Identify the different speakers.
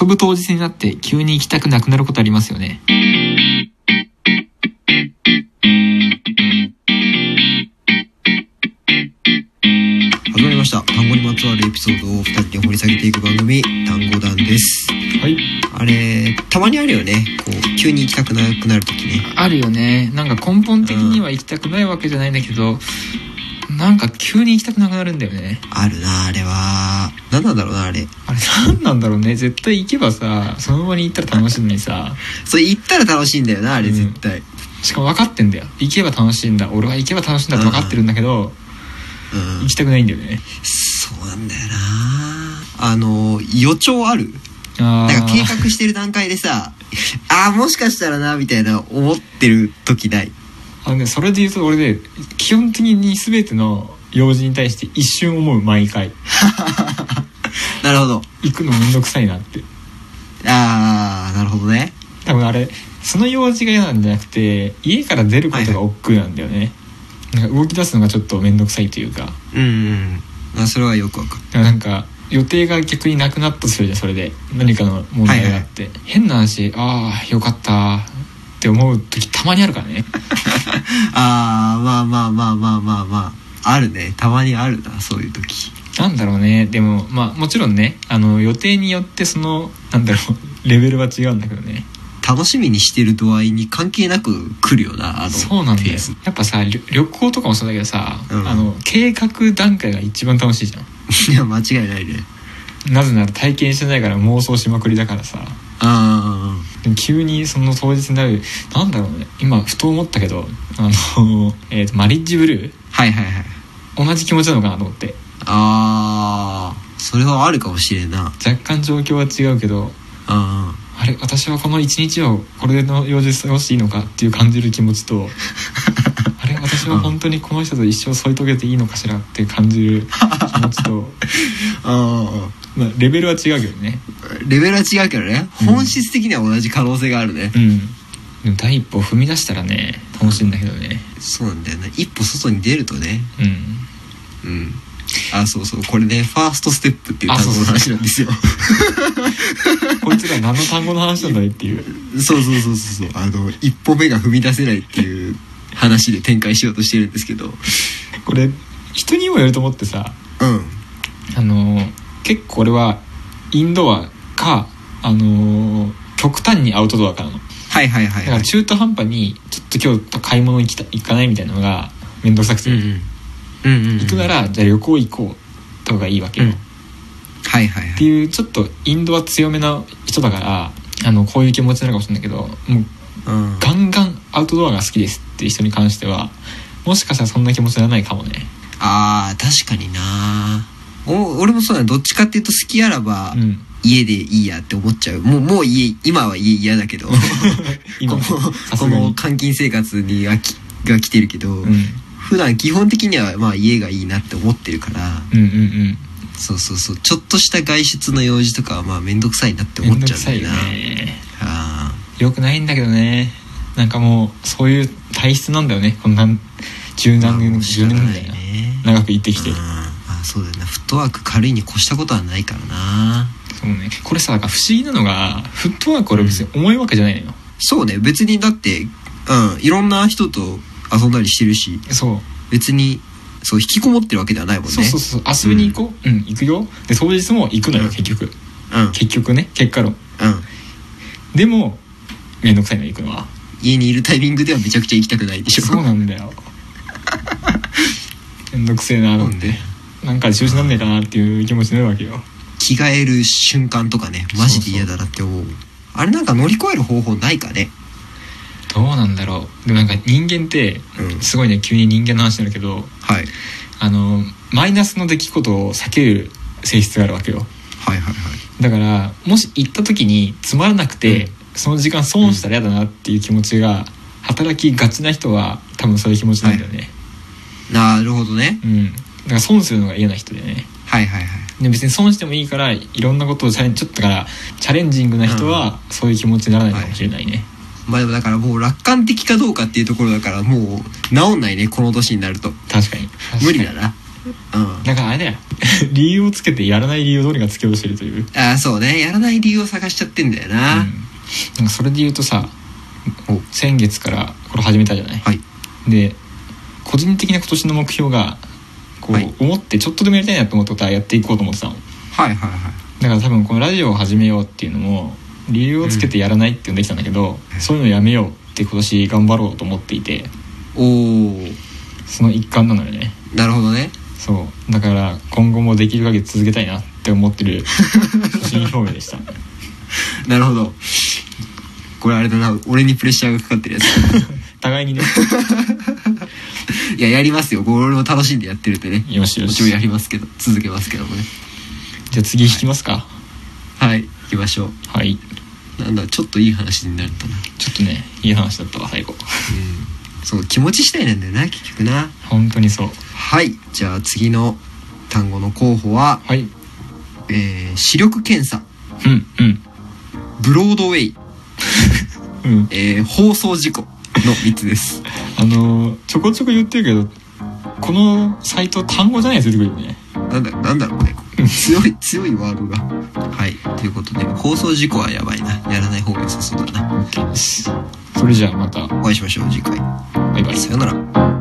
Speaker 1: 遊ぶ当日になって急に行きたくなくなることありますよね。
Speaker 2: 始まりました単語にまつわるエピソードを2人で掘り下げていく番組単語団です
Speaker 1: はい。
Speaker 2: あれたまにあるよねこう急に行きたくなくなる時ね
Speaker 1: あるよね。なんか根本的には行きたくないわけじゃないんだけど、なんか急に行きたくなくなるんだよね。
Speaker 2: あるなあれは何なんだろうなあれ
Speaker 1: あれ何なんだろうね。絶対行けばさ、その場に行ったら楽しいのにさ、
Speaker 2: それ行ったら楽しいんだよなあれ
Speaker 1: うん
Speaker 2: 絶対
Speaker 1: しかも分かってんだよ。行けば楽しいんだ。俺は行けば楽しいんだって分かってるんだけど、
Speaker 2: うん、
Speaker 1: 行きたくないんだよね。
Speaker 2: そうなんだよなあの予兆ある
Speaker 1: あ
Speaker 2: なんか計
Speaker 1: あ。
Speaker 2: 画してる段階でさあーもしかしたらなみたいな思ってる時ない
Speaker 1: あのね、それで言うと俺で、基本的に全ての用事に対して一瞬思う、毎回。
Speaker 2: なるほど
Speaker 1: 行くのめんどくさいなって。
Speaker 2: ああなるほどね
Speaker 1: 多分あれその用事が嫌なんじゃなくて家から出ることが億劫なんだよね、なんか動き出すのがちょっと面倒くさいというか
Speaker 2: うん、うんまあ、それはよくわかる
Speaker 1: だからなんか予定が逆になくなったとするじゃんそれで何かの問題があって、変な話ああよかったって思う時たまにあるから ね
Speaker 2: ああまあまあまあまあまあまああるねたまにあるなそういう時
Speaker 1: なんだろうねでもまあもちろんねあの予定によってそのなんだろうレベルは違うんだけどね
Speaker 2: 楽しみにしてる度合いに関係なく来るよなあの
Speaker 1: そうなんだ
Speaker 2: ペ
Speaker 1: よ
Speaker 2: ース
Speaker 1: やっぱさ旅旅行とかもそうだけどさ、
Speaker 2: うん
Speaker 1: あの計画段階が一番楽しいじゃん
Speaker 2: いや間違いないね
Speaker 1: なぜなら体験してないから妄想しまくりだからさ
Speaker 2: あ
Speaker 1: でも急にその当日になるなんだろうね今ふと思ったけどあの、 えーとマリッジブルー
Speaker 2: あはいはいはい
Speaker 1: 同じ気持ちなのかなと思って
Speaker 2: ああそれはあるかもしれんな
Speaker 1: 若干状況は違うけど
Speaker 2: あ
Speaker 1: あれ私はこの一日をこれの用事で過ごしていいのかっていう感じる気持ちとあれ私は本当にこの人と一生添い遂げていいのかしらって感じる気持ちと、
Speaker 2: ああ
Speaker 1: まあ、レベルは違うけどね
Speaker 2: レベルは違うけどね
Speaker 1: うん
Speaker 2: 本質的には同じ可能性があるね
Speaker 1: う、んでも第一歩を踏み出したらね楽しいんだけどね
Speaker 2: そうなんだよね一歩外に出るとね
Speaker 1: うん
Speaker 2: うんあそうそうこれねファーストステップっていう
Speaker 1: あ
Speaker 2: 単
Speaker 1: そう
Speaker 2: 語
Speaker 1: そう
Speaker 2: の話なんですよ
Speaker 1: こいつら何の単語の話なんだいっていう。
Speaker 2: そうそうそうそうそうあの一歩目が踏み出せないっていう話で展開しようとしてるんですけど
Speaker 1: これ、人にもよると思ってさ、
Speaker 2: うん
Speaker 1: あのー、結構俺は、インドアか、あのー、極端にアウトドアからの。だ
Speaker 2: はいはいはい
Speaker 1: か
Speaker 2: はい
Speaker 1: ら中途半端に、ちょっと今日買い物行きた行かないみたいなのが、めんどくさくて。
Speaker 2: うんうんうんうん
Speaker 1: 行くなら、じゃあ旅行行こうとかがいいわけよ。
Speaker 2: うん
Speaker 1: っ
Speaker 2: はいはいは
Speaker 1: て
Speaker 2: い
Speaker 1: いう、ちょっとインドア強めな人だから、あの、こういう気持ちになるかもしれないけど、もう
Speaker 2: うん
Speaker 1: ガンガンアウトドアが好きですっていう人に関しては、もしかしたらそんな気持ちにならないかもね。
Speaker 2: あー確かになお俺もそうだねどっちかっていうと好きあらば、
Speaker 1: うん。
Speaker 2: 家でいいやって思っちゃうもうもう家今は家嫌だけどこ
Speaker 1: 今
Speaker 2: の
Speaker 1: さす
Speaker 2: こ
Speaker 1: が
Speaker 2: の
Speaker 1: に、
Speaker 2: 監禁生活にはきが来てるけど、
Speaker 1: うん、うん
Speaker 2: 普段基本的にはまあ家がいいなって思ってるから
Speaker 1: うんうん
Speaker 2: そうそうそうちょっとした外出の用事とかはまあ面倒くさいなって
Speaker 1: め
Speaker 2: 思
Speaker 1: ん
Speaker 2: っ
Speaker 1: ど
Speaker 2: ち
Speaker 1: く
Speaker 2: ゃうん
Speaker 1: さ
Speaker 2: だ
Speaker 1: い
Speaker 2: よ
Speaker 1: よ
Speaker 2: な
Speaker 1: ね
Speaker 2: あ
Speaker 1: よくないんだけどねなんかもうそういう体質なんだよねこんな十
Speaker 2: ーまあ
Speaker 1: 何年
Speaker 2: もう仕
Speaker 1: 十
Speaker 2: 方
Speaker 1: 年
Speaker 2: な
Speaker 1: 代
Speaker 2: い
Speaker 1: な
Speaker 2: ね
Speaker 1: 長く生きてき
Speaker 2: う
Speaker 1: て
Speaker 2: んまあそうだよなフットワーク軽いに越したことはないからな
Speaker 1: そうねこれさなんか不思議なのがフットワーク俺別に重いわけじゃないのよ、
Speaker 2: そうね別にだってうんいろんな人と遊んだりしてるし
Speaker 1: そう
Speaker 2: 別にそう引きこもってるわけではないもんね
Speaker 1: そうそうそう遊びに行こううん、行くよで当日も行くのよ
Speaker 2: うん
Speaker 1: 結局
Speaker 2: うんうん
Speaker 1: 結局ね結果論でもめんどくさいの行くのは
Speaker 2: 家にいるタイミングではめちゃくちゃ行きたくないでしょ
Speaker 1: そうなんだ よめんどくせえなと思って
Speaker 2: そうね
Speaker 1: なんか中止なんねえかなっていう気持ちになるわけよ
Speaker 2: 着替える瞬間とかねマジで嫌だなって思うあれなんか乗り越える方法ないかね
Speaker 1: どうなんだろうでもなんか人間って
Speaker 2: うん
Speaker 1: すごいね急に人間の話になるけど
Speaker 2: はい
Speaker 1: あのマイナスの出来事を避ける性質があるわけよ
Speaker 2: はいはいはい
Speaker 1: だからもし行った時につまらなくて、
Speaker 2: うん
Speaker 1: その時間損したら嫌だなっていう気持ちが働きがちな人は多分そういう気持ちなんだよね、
Speaker 2: なるほどね
Speaker 1: うんだから損するのが嫌な人でね
Speaker 2: はいはいはい
Speaker 1: で別に損してもいいからいろんなことをチャレンちょっとだからチャレンジングな人はそういう気持ちにならないかもしれないね、
Speaker 2: まあでもだからもう楽観的かどうかっていうところだからもう治んないねこの年になると
Speaker 1: 確かに
Speaker 2: 無理だなうん
Speaker 1: だからあれだよ 理由をつけてやらない理由をどれがつけようとしてるという、
Speaker 2: ああそうねやらない理由を探しちゃってんだよな、
Speaker 1: うんなんかそれで言うとさ
Speaker 2: お
Speaker 1: 先月からこれ始めたじゃない、
Speaker 2: はい
Speaker 1: で個人的な今年の目標がこう、
Speaker 2: はい
Speaker 1: 思ってちょっとでもやりたいなと思ったことはやっていこうと思ってたの
Speaker 2: はいはいはい
Speaker 1: だから多分このラジオを始めようっていうのも理由をつけてやらないっていうのできたんだけど、
Speaker 2: うん
Speaker 1: そういうのやめようって今年頑張ろうと思っていて
Speaker 2: おお
Speaker 1: その一環なのよね
Speaker 2: なるほどね
Speaker 1: そうだから今後もできる限り続けたいなって思ってる所信表明でした
Speaker 2: なるほどこれあれだな俺にプレッシャーがかか ってるや
Speaker 1: 互いにね
Speaker 2: ついややりますよ俺も楽しんでやってるんでね
Speaker 1: よしよ
Speaker 2: も
Speaker 1: し
Speaker 2: ちろんやりますけど続けますけどもね
Speaker 1: じゃあ次引きますか
Speaker 2: はい行きましょう
Speaker 1: はい
Speaker 2: なんだちょっといい話になったな
Speaker 1: ちょっとねいい話だったわ最後
Speaker 2: うんそう気持ち次第なんだよな結局な
Speaker 1: 本当にそう
Speaker 2: はいじゃあ次の単語の候補は、
Speaker 1: はい
Speaker 2: えー視力検査
Speaker 1: うんうん
Speaker 2: ブロードウェイ、
Speaker 1: うん
Speaker 2: えー放送事故の3つです
Speaker 1: あのーちょこちょこ言ってるけどこのサイト単語じゃないやつ出てくるよね
Speaker 2: なんだなんだろうね 強い強いワードがはいということで放送事故はやばいなやらない方が良さそうだな
Speaker 1: よしそれじゃあまた
Speaker 2: お会いしましょう次回
Speaker 1: バイバイ
Speaker 2: さよなら